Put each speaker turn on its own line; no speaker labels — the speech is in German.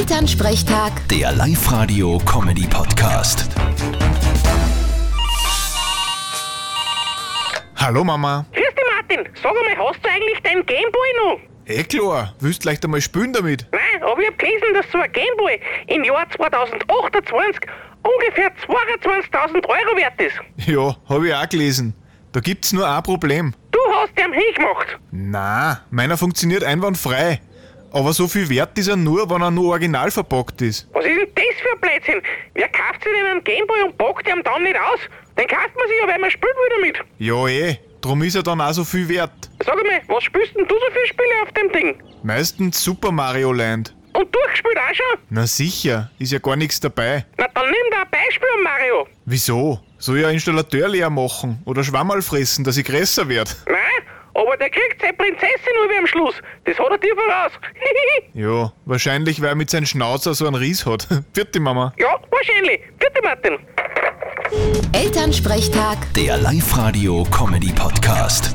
Elternsprechtag,
Der Live-Radio-Comedy-Podcast.
Hallo Mama.
Grüß dich, Martin. Sag einmal, hast du eigentlich deinen Gameboy noch?
Eh klar, willst gleich einmal spielen damit?
Nein, aber ich hab gelesen, dass so ein Gameboy im Jahr 2028 ungefähr 22.000 Euro wert ist.
Ja, habe ich auch gelesen. Da gibt's nur ein Problem.
Du hast den hingemacht.
Na, meiner funktioniert einwandfrei. Aber so viel wert ist er nur, wenn er nur original verpackt ist.
Was ist denn das für ein Blödsinn? Wer kauft sich denn einen Gameboy und packt ihn dann nicht aus? Den kauft man sich ja, weil man spielt wieder mit.
Ja eh, drum ist er dann auch so viel wert.
Sag einmal, was spielst denn du so viele Spiele auf dem Ding?
Meistens Super Mario Land.
Und durchgespielt auch schon?
Na sicher, ist ja gar nichts dabei.
Na, dann nimm da ein Beispiel an Mario.
Wieso? Soll ich ja Installateurlehr machen oder Schwammerl fressen, dass ich größer werd?
Nein, aber der kriegt seine Prinzessin über am Schluss. Das hat er dir voraus.
Ja, wahrscheinlich, weil er mit seinem Schnauzer so einen Ries hat. Vierte Mama.
ja, wahrscheinlich. Bitte, Martin.
Elternsprechtag.
Der Live-Radio-Comedy-Podcast.